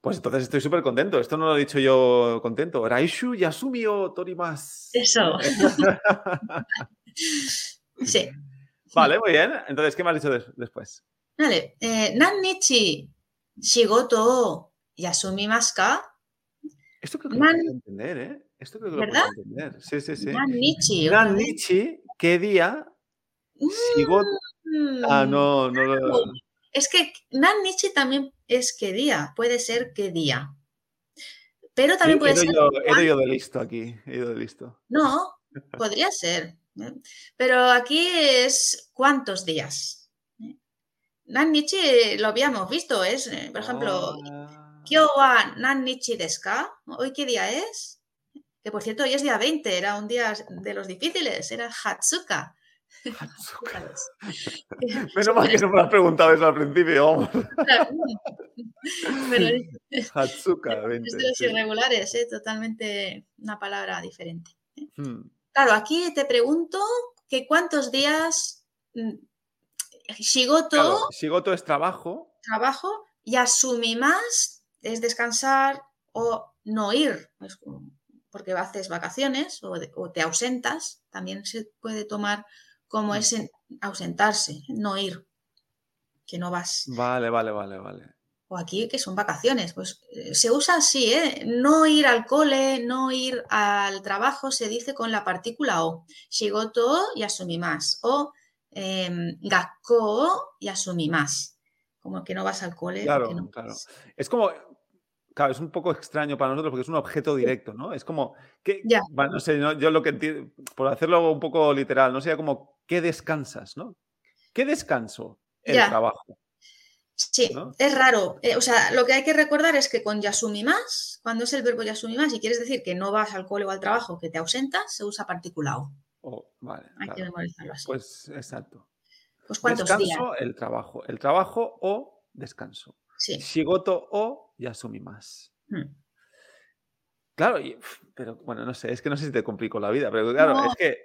Pues entonces estoy súper contento. Esto no lo he dicho yo contento. Raishu, Yasumi o Torimas.
Eso. sí.
Vale, muy bien. Entonces, ¿qué me has dicho des- después?
Vale. Eh, Nannichi Shigoto Yasumimasu ka?
Esto creo que lo
Nan-
puedes entender, ¿eh? Esto creo que
¿Verdad?
lo puedes entender. Sí, sí, sí.
Nannichi.
Gran Nietzsche, ¿qué día? Shigoto-
Mm,
Ah, no, no lo.
claro. Es que Nannichi también es qué día. Puede ser qué día. Pero
He,
también puede
ido
ser ¿ah?
yo, he ido yo de listo aquí. He ido de listo.
No, podría ser. ¿eh? Pero aquí es cuántos días. ¿eh? Nannichi lo habíamos visto, es, eh, por ejemplo,
Ah,
Kyo wa Nannichi desu ka? ¿Hoy qué día es? Que por cierto, hoy es día 20, era un día de los difíciles, era Hatsuka.
Hatsuka.
¿sabes?
Menos mal que no me lo has preguntado eso al principio. vamos.
Pero
Hatsuka,
es
20.
de los
sí.
irregulares, ¿eh? totalmente una palabra diferente.
Hmm.
Claro, aquí te pregunto que cuántos días mm, Shigoto,
Claro, Shigoto es trabajo.
trabajo, y más es descansar o no ir, es como- porque haces vacaciones o, de- o te ausentas, también se puede tomar como
Mm.
es en- ausentarse, no ir, que no vas.
Vale, vale, vale, vale.
O aquí que son vacaciones, pues eh, se usa así, ¿eh? No ir al cole, no ir al trabajo, se dice con la partícula o. Shigoto o y asumimas. O em, gakko o y asumimas. Como que no vas al cole.
Claro,
porque no
claro.
vas.
Es como, claro, es un poco extraño para nosotros porque es un objeto directo, ¿no? Es como, que,
Ya.
bueno, no sé, no- yo lo que entiendo, por hacerlo un poco literal, no sería como, ¿qué descansas, no? ¿Qué descanso? El
Ya.
trabajo.
Sí,
¿no?
es raro. Eh, o sea, lo que hay que recordar es que con yasumimas, cuando es el verbo yasumimas y quieres decir que no vas al cole o al trabajo, que te ausentas, se usa partícula o.
O, vale,
Hay que
claro.
memorizarlo así. Pues,
Pues exacto.
cuántos
descanso,
días.
el trabajo. El trabajo o descanso.
Sí.
Shigoto o Yasumi más.
Mm.
Claro, y- uf, pero bueno, no sé, es que no sé si te complico la vida, pero claro,
No.
es que,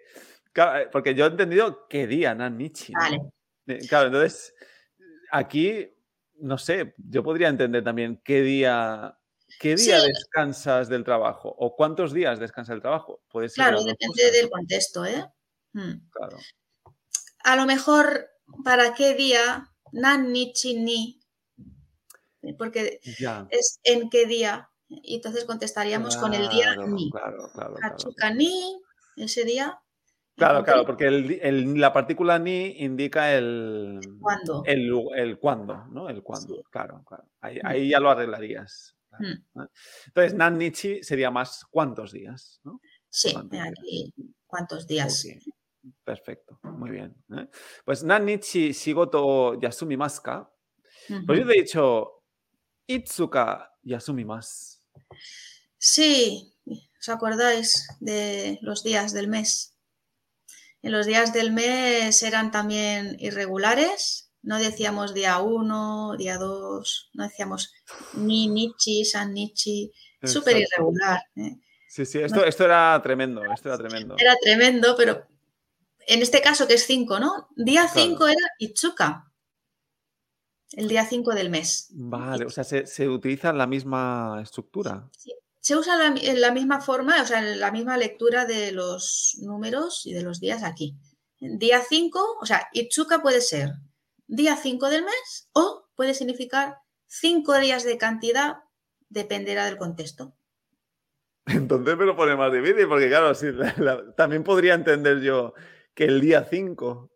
claro, eh, porque yo he entendido qué día, Nanichi. ¿no?
Vale.
Eh, Claro, entonces, aquí, no sé, yo podría entender también qué día, qué día
Sí.
descansas del trabajo o cuántos días descansa el trabajo. Puede ser
Claro,
las dos
depende
cosas,
del contexto, ¿eh? Mm.
claro.
a lo mejor para qué día, nan ni chi ni, porque
Ya,
es en qué día, y entonces contestaríamos con el día
claro,
ni. Ah,
Claro, claro, claro.
Hachuka ni, ese día.
Claro, claro,
encontré
porque el di- el- la partícula ni indica el,
¿Cuándo?
el, lu- el cuándo, ¿no? El cuándo,
Sí.
claro, claro. Ahí,
Mm.
ahí ya lo arreglarías. claro,
Mm.
¿no? Entonces, Nannichi sería más cuántos días, ¿no?
Sí,
¿cuántos días?
aquí, ¿cuántos días?
Ok, Perfecto, muy bien. ¿eh? Pues Nannichi Shigoto o Yasumi Maska.
Ujú.
Pues yo te he dicho Itsuka Yasumi Mas.
Sí, ¿os acordáis de los días del mes? En los días del mes eran también irregulares, no decíamos día 1, día 2, no decíamos ni Nichi, San Nichi, súper irregular. ¿eh?
Sí, sí, esto, esto era tremendo, esto era tremendo.
Era tremendo, pero en este caso que es 5, ¿no? Día
Claro.
5 era Itsuka, el día 5 del mes.
Vale, o sea, se, se utiliza la misma estructura.
Se usa la, en la misma forma, o sea, en la misma lectura de los números y de los días aquí. Día 5, o sea, Itsuka puede ser día 5 del mes o puede significar 5 días de cantidad, dependerá del contexto.
Entonces me lo pone más difícil, porque claro, si la- la- también podría entender yo que el día 5,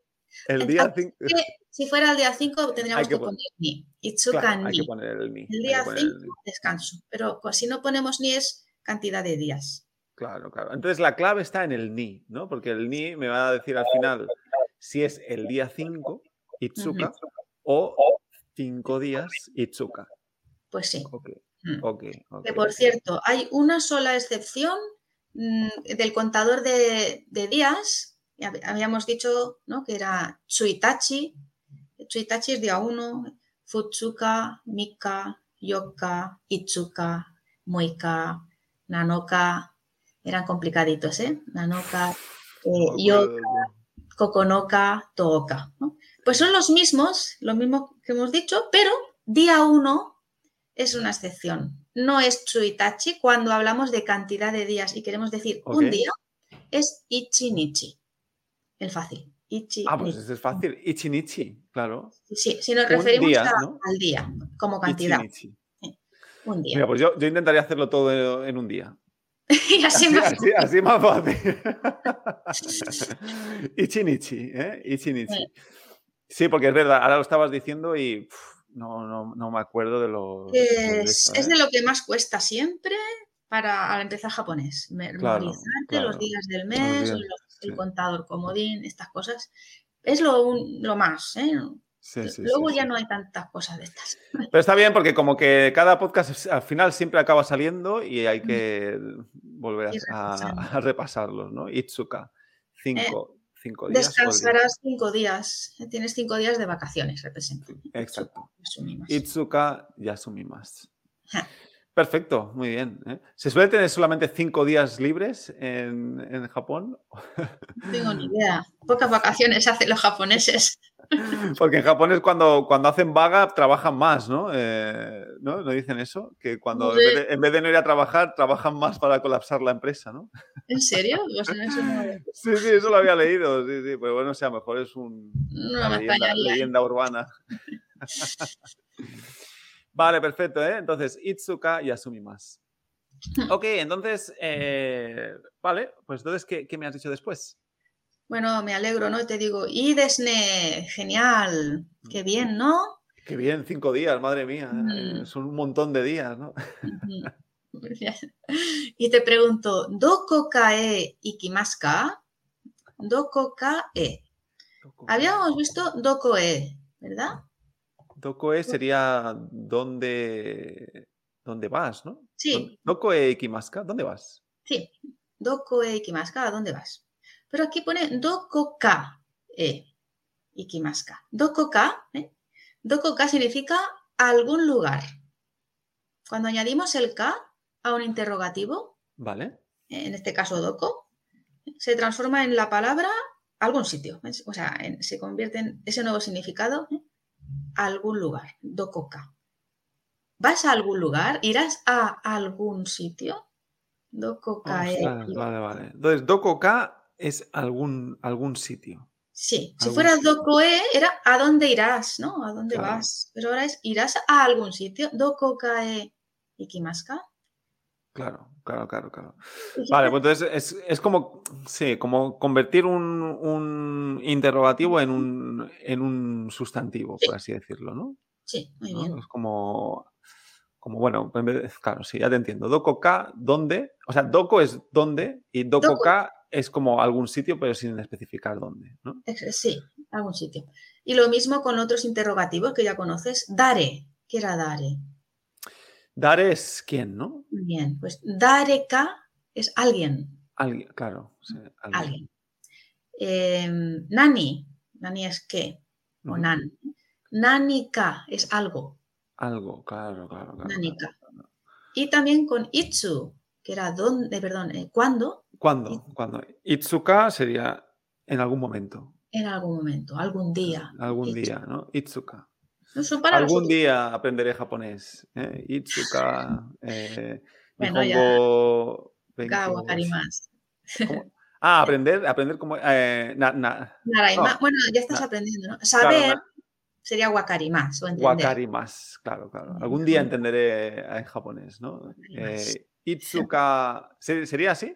el día
Entonces,
5,
que si fuera el día 5 tendríamos
Hay que
que,
pon-
poner ni. Itsuka
hay
ni.
que poner el ni. hay que
día
poner el ni.
Descanso. Pero co- si no ponemos ni es cantidad de días.
Claro, claro. Entonces la clave está en el ni, ¿no? Porque el ni me va a decir al final si es el día 5, Itsuka, o 5 días, Itsuka.
Pues sí.
Ok,
Mm.
ok, ok.
Que por cierto, hay una sola excepción mm, del contador de, de días. Ya hab- Habíamos dicho ¿no? que era Tsuitachi. Tsuitachi es día 1, Futsuka, Mika, Yoka, Itsuka, Moika, Nanoka. Eran complicaditos, ¿eh? Nanoka, eh,
No me
Yoka.
acuerdo.
Kokonoka, Tooka. ¿no? Pues son los mismos, lo mismo que hemos dicho, pero día 1 es una excepción. No es Tsuitachi cuando hablamos de cantidad de días y queremos decir
Ok.
un día, es Ichinichi. El fácil. Ichinichi.
Ah, pues ese es fácil. Ichinichi, claro.
Sí, si nos
un
referimos
día,
a-
¿no?
al día como cantidad,
Ichinichi.
un día.
Mira, pues yo, yo intentaría hacerlo todo en un día.
y así
Así,
más.
así- así más fácil. Ichinichi, ¿eh? Ichinichi. Sí, porque es verdad, ahora lo estabas diciendo y pf, no, no, no me acuerdo de lo. de
Es,
esto,
es
¿eh?
de lo que más cuesta siempre para al empezar japonés. Memorizarte
Claro, claro.
los días del
Los
mes,
días,
los-
sí.
el contador comodín, estas cosas. Es lo, un- lo más, ¿eh?
Sí, sí,
Luego
sí,
ya
sí.
no hay tantas cosas de estas.
Pero está bien porque como que cada podcast es- al final siempre acaba saliendo y hay que
Mm.
volver
Y
a, a, a repasarlos, ¿no? Itsuka,
Eh,
cinco, cinco días. o el día.
Descansarás cinco días. ¿eh? Tienes cinco días de vacaciones, representa.
Exacto.
Resumimos.
Itsuka Yasumimas.
Ja.
Perfecto, muy bien. ¿eh? ¿Se suele tener solamente cinco días libres en, en Japón?
No tengo ni idea. Pocas vacaciones hacen los japoneses.
Porque en Japón es cuando, cuando hacen vaga, trabajan más, ¿no? Eh, ¿no? ¿No dicen eso? Que cuando en
Sí.
vez, de, en vez de no ir a trabajar, trabajan más para colapsar la empresa, ¿no?
¿En serio? Pues no, eso no-
Sí, sí, eso lo había leído. Sí, sí, pero bueno, o sea, a lo mejor es un-
No
una
me
leyenda,
extrañaría.
leyenda urbana. vale, perfecto, ¿eh? Entonces, Itsuka y Asumimas. Ok, entonces, eh, vale, pues entonces, ¿qué, qué me has dicho después?
Bueno, me alegro, ¿no? Y te digo, y Desne, genial,
Mm.
qué bien, ¿no?
Que bien, cinco días, madre mía, eh,
Mm.
son un montón de días, ¿no?
Ujú. y te pregunto, ¿doko kae ikimasu ka? Doko kae. Habíamos visto doko e, ¿verdad?
Dokoe E sería dónde, dónde vas, ¿no?
Sí,
Dokoe Ikimaska, ¿dónde vas?
sí. Doko e ikimasu ka, ¿a dónde vas? Pero aquí pone doko ka e ikimasu ka. Doko ka, ¿eh? Doko ka significa algún lugar. Cuando añadimos el ka a un interrogativo,
Vale,
en este caso doco, se transforma en la palabra algún sitio, ¿ves? o sea, en- se convierte en ese nuevo significado, ¿eh? algún lugar, dococa. ¿Vas a algún lugar? ¿Irás a algún sitio? Dococa. eh,
Ostras,
y-
Ah, vale, vale. Entonces, Dokoka es algún, algún sitio.
Sí, si
algún
fuera
sitio.
docoe era a dónde irás, ¿no? ¿A dónde
Claro.
vas? Pero ahora es irás a algún sitio, dococa e ikimaska.
Claro, claro, claro, claro. Vale, pues entonces es, es como, sí, como convertir un, un interrogativo en un, en un sustantivo, por así decirlo, ¿no?
Sí, muy
¿no?
bien.
Es como, como, bueno, en vez de- claro, sí, ya te entiendo. Doko K, ¿dónde? O sea, Doko es dónde y Doko
Doko.
K es como algún sitio, pero sin especificar dónde, ¿no?
Ex- Sí, algún sitio. Y lo mismo con otros interrogativos que ya conoces. Dare, ¿qué era dare?
Dar es quién, ¿no?
Muy Bien, pues dare ka es alguien,
Alguien, claro. sí,
alguien. Em, nani, nani es qué, o
Ujú.
nan. Nani ka es algo,
Algo, claro, claro, claro.
nani
Ah, claro.
ka. Y también con itsu, que era dónde, perdón, eh, cuándo,
¿Cuándo? ¿Cuándo? Itsuka sería en algún momento, eh,
en algún momento, algún día.
algún
Itsu.
día, ¿no? Itsuka.
No son palabras
Algún día aprenderé japonés. ¿eh? Itsuka. eh,
Bueno, ya.
Nihongo
Ga
22.
wakarimasu.
¿Cómo? Ah, aprender, aprender como... eh, na- na-
Naraima-
No.
Bueno, ya estás
Na-
aprendiendo, ¿no?
Ah. claro,
Saber
na-
sería wakarimasu o entender.
Wakari más, claro, claro. Algún día entenderé eh, en japonés, ¿no?
más.
Eh, itsuka, ¿se- ¿sería así?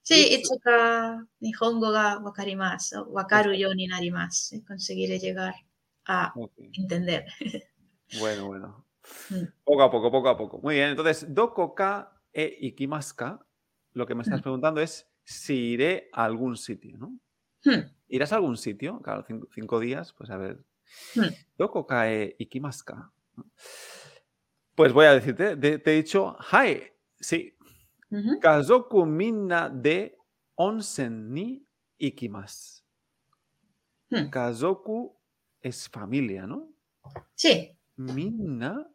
Sí,
Itsu-
Itsuka, Nihongo ga wakarimasu, o wakaru yo ni narimasu. Conseguiré llegar a
Ok,
entender.
Bueno, bueno.
Mm.
Poco a poco, poco a poco. Muy bien, entonces, dokoka e ikimaska, lo que me estás
Mm.
preguntando es si iré a algún sitio, ¿no?
Hmm,
¿Irás a algún sitio? Claro, cin- cinco, días, pues a ver.
Hmm.
Dokoka e ikimaska. Pues voy a decirte, de- te he dicho, hi, sí,
ujú.
Kazoku minna de onsen ni ikimasu.
Hmm.
Kazoku es familia, ¿no?
Sí,
Minna.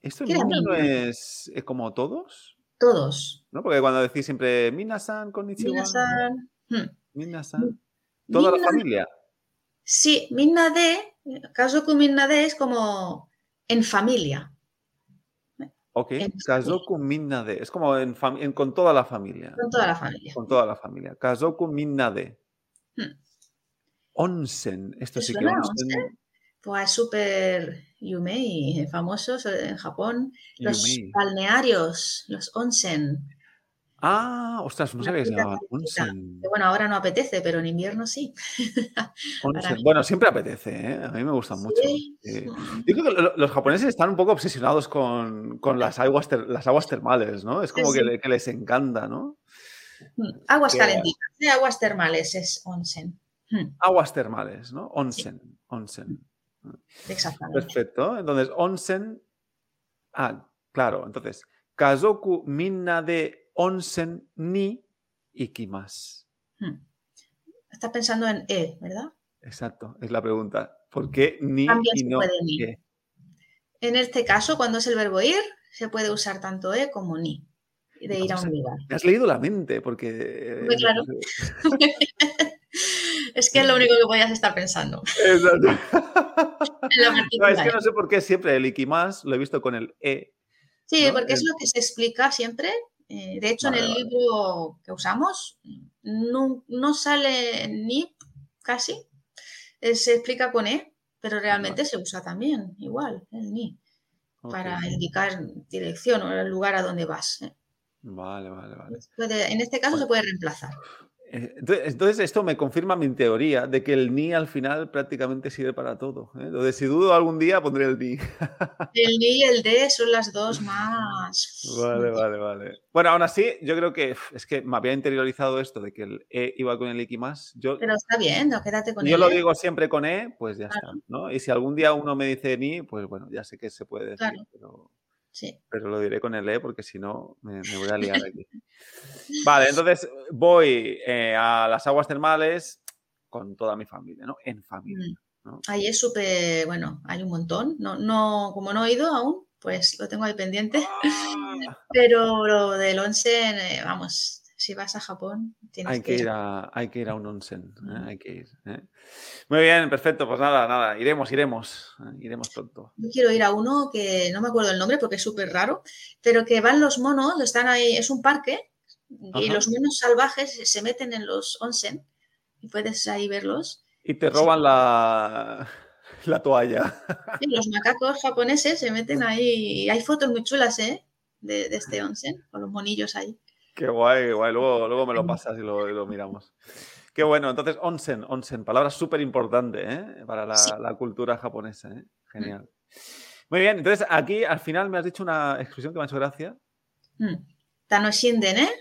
¿Esto
¿Qué era
minna no
minna?
es eh, como todos?
todos.
¿No? Porque cuando decís siempre Minasan, Konnichiwa,
Minasan, hmm.
Minasan, toda la
Minna-
familia.
Sí, minna de, Kazoku minna de es como en familia.
Ok,
En-
Kazoku minna de. Es como en fam- en- con toda la familia.
Con toda la familia.
Con toda la familia. Kazoku minna de.
Hmm.
Onsen. Esto
¿Te
sí que
suena
onsen.
Pues súper yumei, famosos eh, en Japón. Los
yumei.
balnearios, los onsen.
Ah, ostras, no
Una
sabía que se
pila
llamaba
calentita.
onsen.
Que bueno, ahora no apetece, pero en invierno sí.
Onsen.
para mí.
Bueno, siempre apetece, ¿eh? A mí me gusta mucho.
Sí.
sí. Eh, Yo creo que lo- los japoneses están un poco obsesionados con, con las, aguas ter- las aguas termales, ¿no? Es como
Sí,
Que,
sí.
le- que les encanta, ¿no?
Mm, Aguas
Qué
calentitas, de aguas termales es onsen. Mm,
Aguas termales, ¿no? Onsen, onsen.
Exactamente.
Perfecto. Entonces, onsen... Ah, claro. Entonces, kazoku minna de onsen ni ikimas.
Mm. Estás pensando en E, ¿verdad?
Exacto, es la pregunta. ¿Por qué ni
También
y
se
no E.
puede ni.
qué?
En este caso, cuando es el verbo ir, se puede usar tanto E como ni, de ir a un lugar.
Me has leído la mente, porque... eh,
Hombre, claro. Es que es lo único que podías estar pensando.
Exacto.
En la
No, es
partícula
que
E.
no sé por qué siempre el Ikimas lo he visto con el E.
Sí,
¿no?
porque es
El-
lo que se explica siempre. Eh, de hecho, en
Vale,
el
vale.
libro que usamos no, no sale ni casi. Eh, se explica con E, pero realmente se usa también, igual, el ni,
Ok.
para indicar dirección o el lugar a donde vas. eh.
Vale, vale, vale.
Puede- en este
pues
caso se puede reemplazar.
Eh, Entonces, entonces esto me confirma mi teoría de que el ni al final prácticamente sirve para todo. ¿eh? Entonces, si dudo algún día, pondré el ni.
El ni y el de son las dos más.
Vale, vale, vale. Bueno, aún así, yo creo que uf, es que me había interiorizado esto de que el E iba con el Ikimas. Yo,
Pero está bien, no, quédate con
yo
él.
lo
¿eh?
digo siempre con E, pues ya
Claro.
está. ¿no? Y si algún día uno me dice ni, pues bueno, ya sé que se puede decir,
Claro.
pero...
Sí.
pero lo diré con el E porque si no me, me voy a liar aquí. Vale, entonces voy eh, a las aguas termales con toda mi familia, ¿no? En familia.
Mm.
¿no?
Ahí es súper, bueno, hay un montón. No, no, como no he ido aún, pues lo tengo ahí pendiente.
Ah.
Pero lo del onsen, eh, vamos, si vas a Japón, tienes
Hay
que
que, ir a, hay que ir a un onsen, ¿eh? hay que ir. ¿eh? Muy bien, perfecto, pues nada, nada, iremos, iremos, ¿eh? iremos pronto.
Yo quiero ir a uno que no me acuerdo el nombre porque es súper raro, pero que van los monos, están ahí, es un parque y
Ajá.
los monos salvajes se meten en los onsen y puedes ahí verlos.
Y te
Pues Sí.
roban la, la toalla.
Sí, los macacos japoneses se
Ah.
meten ahí. Hay fotos muy chulas, ¿eh? De, de este onsen, con los monillos ahí.
Qué guay, qué guay, luego, luego me lo pasas y lo, y lo miramos. Qué bueno, entonces onsen, onsen, palabra súper importante ¿eh? para la,
Sí. Mm.
la cultura japonesa. ¿eh? Genial. Muy bien, entonces aquí al final me has dicho una expresión que me ha hecho gracia.
Mm. Tanoshinden, ¿eh?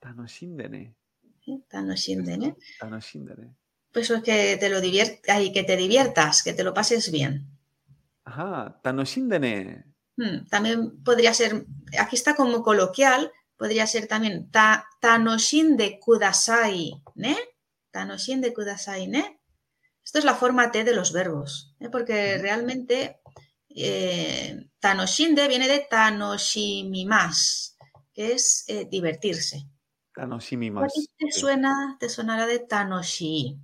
Tanoshindene.
Tanoshinden, ¿eh?
Tanoshindene.
Pues es que te lo divier- ay, que te diviertas, que te lo pases bien.
Ajá, tanoshindene.
Mm, También podría ser, aquí está como coloquial, podría ser también ta, Tanoshinde kudasai, ¿ne? Tanoshinde kudasai, ¿ne? Esto es la forma T de los verbos, ¿eh? porque realmente eh, Tanoshinde viene de Tanoshimimas, que es eh, divertirse. ¿A
Tanoshimimas.
ti te suena, te sonará de Tanoshi?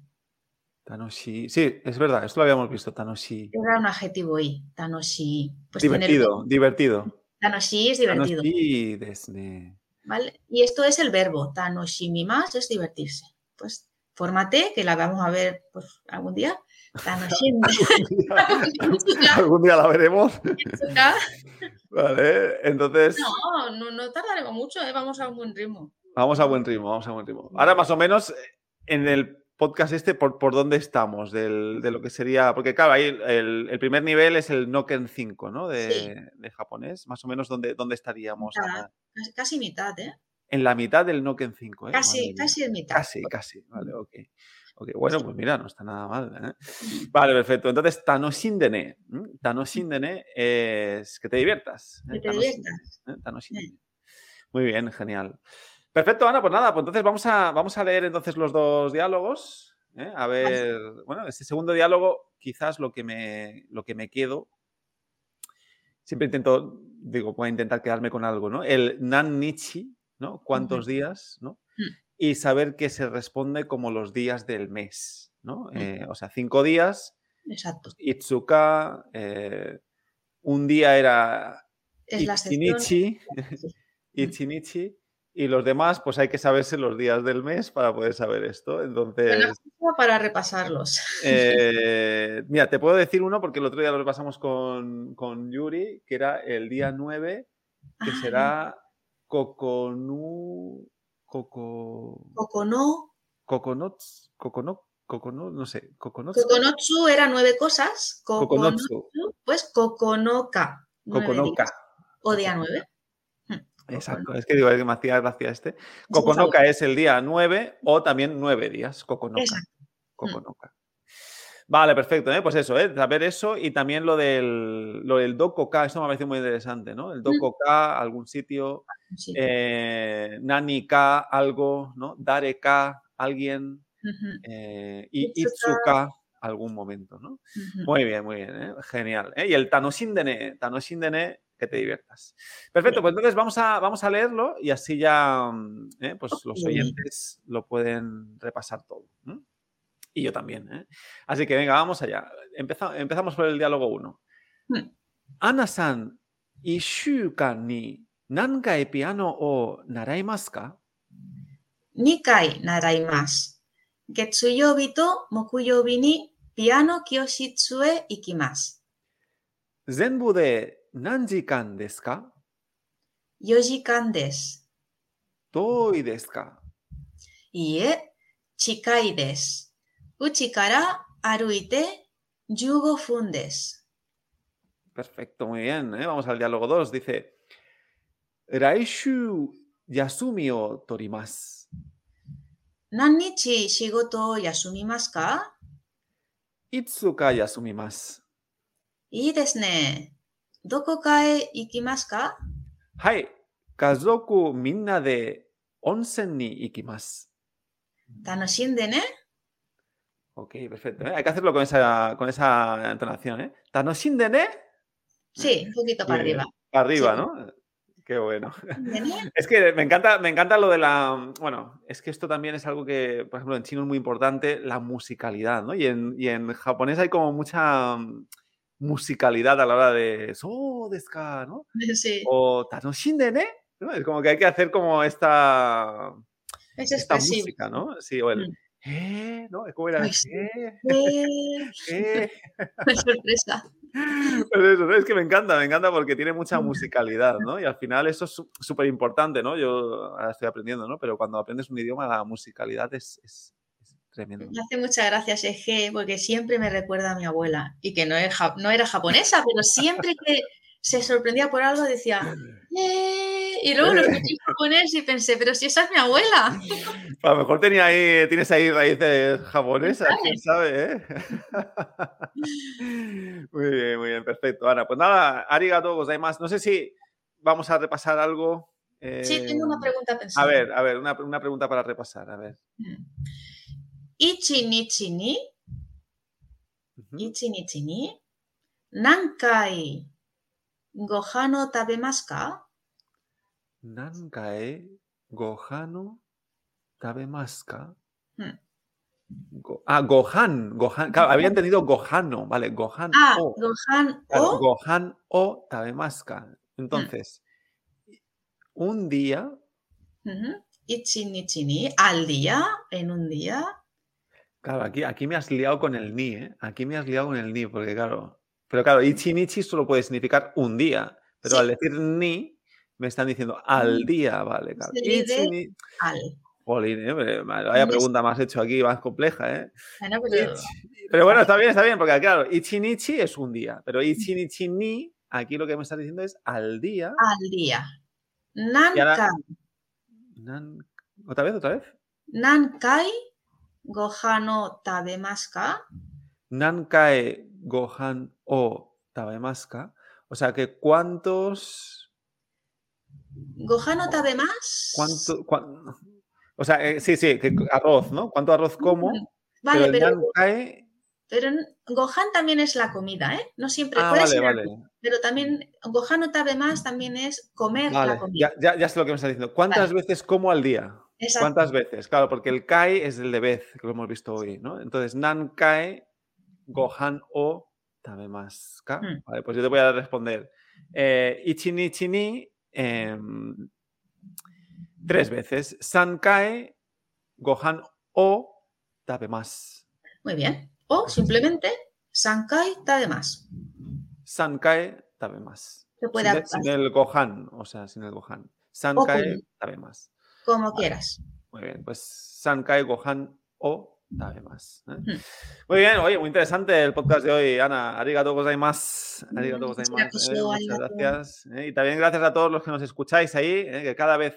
Tanoshi. Sí, es verdad, esto lo habíamos visto, tanoshi.
Era un adjetivo I, Tanoshi. Pues tener
Divertido, divertido.
Tanoshi es divertido.
Tanoshi desne.
¿vale? Y esto es el verbo. Tanoshimimasu es divertirse. Pues fórmate, que la vamos a ver pues, algún día. Tanoshimimasu.
Algún día la veremos. Vale, entonces
No, no, no tardaremos mucho, ¿eh? vamos a un buen ritmo.
vamos a buen ritmo, vamos a buen ritmo. Ahora más o menos eh, en el podcast este, ¿por, por dónde estamos? Del- de lo que sería, porque claro, ahí el, el primer nivel es el Noken 5, ¿no? De,
Sí.
de japonés, más o menos dónde, dónde estaríamos.
Mitad.
Ana?
Casi, casi mitad, ¿eh?
En la mitad del Noken 5, ¿eh? Madre
Casi,
mía.
casi de mitad.
Casi, casi. Vale, ok. Ok, bueno, pues mira, no está nada mal. ¿eh? Vale, perfecto. Entonces, Tanoshindene. ¿m? Tanoshindene es que te diviertas. ¿eh?
Que te
Tanoshindene,
diviertas.
¿eh? Tanoshindene. Muy bien, genial. Perfecto, Ana, pues nada, pues entonces vamos a, vamos a leer entonces los dos diálogos. ¿eh? A ver, bueno, este segundo diálogo, quizás lo que me, lo que me quedo. Siempre intento, digo, voy a intentar quedarme con algo, ¿no? El Nan Nichi, ¿no? ¿Cuántos días, no? y saber que se responde como los días del mes, ¿no? Eh, o sea, cinco días,
Exacto.
Itsuka, eh, un día era
Es la sección.
Ichinichi,
sí.
Ichinichi, y los demás, pues hay que saberse los días del mes para poder saber esto.
Buena
Entonces,
cosa para repasarlos.
eh, mira, te puedo decir uno porque el otro día lo repasamos con, con Yuri, que era el día 9, que
Ah,
será Kokonu... Koko...
Kokono.
Coconuts, coconut, coconut, no sé, coconuts.
Kokonotsu era nueve cosas. Kokonotsu,
Coconutsu,
pues Kokonoka. nueve
coconoca.
días. O día nueve.
Exacto, es que digo, es que me hacía gracia este.
por favor.
Coconoca es el día 9 o también 9 días, coconoca.
Exacto.
coconoca. Vale, perfecto, ¿eh? pues eso, ¿eh? saber eso y también lo del, lo del dokoka, eso me parece muy interesante, ¿no? El dokoka, algún sitio,
Sí.
eh, nanika, algo, ¿no? Dareka, alguien,
Ujú,
eh, y
Itsuka.
itsuka, algún momento, ¿no?
ujú.
Muy bien, muy bien, ¿eh? genial. ¿eh? Y el Tanoshindene, Tanoshindene, que te diviertas. Perfecto, pues entonces vamos a, vamos a leerlo y así ya mm, ¿eh? pues los
Ok.
oyentes lo pueden repasar todo. ¿m? Y yo también. ¿eh? Así que venga, vamos allá. Empeza- empezamos por el diálogo 1.
Hmm.
Ana-san, ¿1週間 ni nankai piano o naraimasu ka?
Nikai naraimasu. Getsuyobi to mokuyobi ni piano kyoshitsu e ikimasu.
Zenbu de nanjikan desu ka?
4時間です。
Toi desu ka?
いいえ、近いです。うちから歩いて15分です。
Perfecto, muy bien. ¿eh? Vamos al diálogo 2. Dice, Raishu Yasumi o Torimas.
何日仕事を休みますか
Itsuka Yasumimas.
いいですね。どこかへ行きますか
Hai, Kazoku Minna de Onsen ni Ikimas.
楽しんでね。
Ok, perfecto. ¿eh? Hay que hacerlo con esa, con esa entonación. ¿eh? Tanoshindene.
Sí, un poquito para
Muy bien.
arriba.
Arriba,
Sí.
¿no? Qué bueno.
¿De ne?
Es que me encanta, me encanta lo de la. Bueno, es que esto también es algo que, por ejemplo, en chino es muy importante, la musicalidad, ¿no? Y en, y en japonés hay como mucha mm, musicalidad a la hora de. So deska, ¿no?
Sí,
O tanoshindene, ¿no? Es como que hay que hacer como esta.
es
Esta
expresivo.
música, ¿no? Sí, o el.
Mm.
"Eh", ¿no? Es como era.
Ay, sí.
"Eh,
Eh,
eh".
qué sorpresa.
Pues eso, ¿no? Es que me encanta, me encanta porque tiene mucha musicalidad, ¿no? Y al final eso es súper importante, ¿no? Yo ahora estoy aprendiendo, ¿no? Pero cuando aprendes un idioma, la musicalidad es, es- es tremendo.
Me hace muchas gracias, Eje, porque siempre me recuerda a mi abuela y que no, es ja- no era japonesa, pero siempre que se sorprendía por algo decía "Eh", y luego lo escuché en japonés y pensé, pero si esa es mi abuela.
A lo mejor tenía ahí, tienes ahí raíces japonesas, quién sabe, ¿eh? Muy bien, muy bien, perfecto. Ana, pues nada, arigato gozaimasu. No sé si vamos a repasar algo.
Sí, tengo una
eh,
pregunta pensada. Mm.
A ver, a ver, una, una pregunta para repasar, a ver.
Ichi ni chi ni,
Ujú.
ichi ni chi ni, nankai gohan no tabemasu ka?
Nankae Gohano Tabemaska.
Hmm.
Go- ah, Gohan. Gohan. Claro, había entendido Gohano, vale. Gohan
Ah,
o.
gohan
Oh, Claro,
o
Gohan o Tabemaska. Entonces, un día,
Ujú. Ichi ni chi ni, al día, en un día.
claro, aquí, aquí me has liado con el ni, ¿eh? Aquí me has liado con el ni, porque claro, pero claro, ichi nichi solo puede significar un día, pero
Sí.
al decir ni, me están diciendo al
Mm.
día, vale, claro.
Se divide-
Ichi ni-
Al.
Jolín, ¿eh? Pero, madre,
Un
vaya
des-
pregunta más hecho aquí, más compleja, ¿eh?
Bueno, pero-
Ichi- Pero bueno, está bien, está bien, porque claro, ichinichi es un día,
Mm.
pero ichinichi ni, aquí lo que me estás diciendo es al día.
al día. Nan
Y ahora-
kai,
nan- ¿Otra vez, otra vez?
nan kai gohan no tabemasu ka?
Nankae Gohan o Tabemaska. O sea que cuántos.
Gohan no tabemasu?
Cuánto, cuán- O sea, eh, sí, sí, que arroz, ¿no? ¿Cuánto arroz como?
Ujú. Mm, Vale,
pero, el
pero,
Nankae.
pero n- Gohan también es la comida, ¿eh? No siempre
Ah,
puede
vale,
ser
vale.
Pero también, Gohan no tabemasu también es comer la
Vale,
comida.
ya, ya, ya sé lo que me está diciendo. ¿Cuántas veces como al día?
Exacto.
¿Cuántas veces? Claro, porque el kai es el de vez, que lo hemos visto hoy, ¿no? Entonces, nankae, gohan o tabemaska.
Mm.
Vale, pues yo te voy a responder. Eh, ichini chini, em, tres veces. Sankae, gohan o tabemas.
Muy bien. O simplemente, sankai tabemasu.
Sankae, tabemas.
Se puede
Sin, el- sin
hacer
el gohan, o sea, sin el gohan. Sankae, tabemas.
como quieras.
Muy bien, pues Sankai, Gohan o Tabemas. ¿eh?
Mm.
Muy bien, oye, muy interesante el podcast de hoy, Ana. Arigato gozaimasu. Arigato
Mm,
gozaimasu. eh,
arigato,
muchas
arigato.
gracias. ¿eh? Y también gracias a todos los que nos escucháis ahí, ¿eh? que cada vez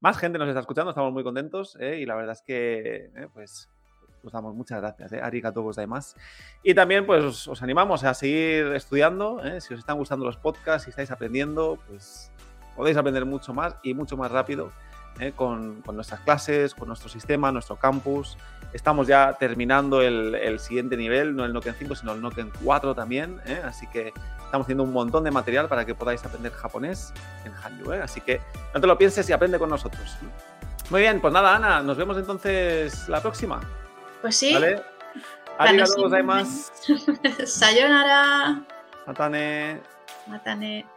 más gente nos está escuchando, estamos muy contentos ¿eh? y la verdad es que, eh, pues, os damos muchas gracias. ¿eh? Arigato gozaimasu. Y también, pues, os, os animamos a seguir estudiando. ¿eh? Si os están gustando los podcasts, si estáis aprendiendo, pues, podéis aprender mucho más y mucho más rápido ¿eh? con, con nuestras clases, con nuestro sistema, nuestro campus. Estamos ya terminando el, el siguiente nivel, no el Noken 5, sino el Noken 4 también. ¿eh? Así que estamos haciendo un montón de material para que podáis aprender japonés en Hanyu. ¿eh? Así que no te lo pienses y aprende con nosotros. Muy bien, pues nada, Ana, nos vemos entonces la próxima.
Pues sí,
¿Vale?
sí.
Arigato gozaimasu.
sayonara.
Matane.
Matane.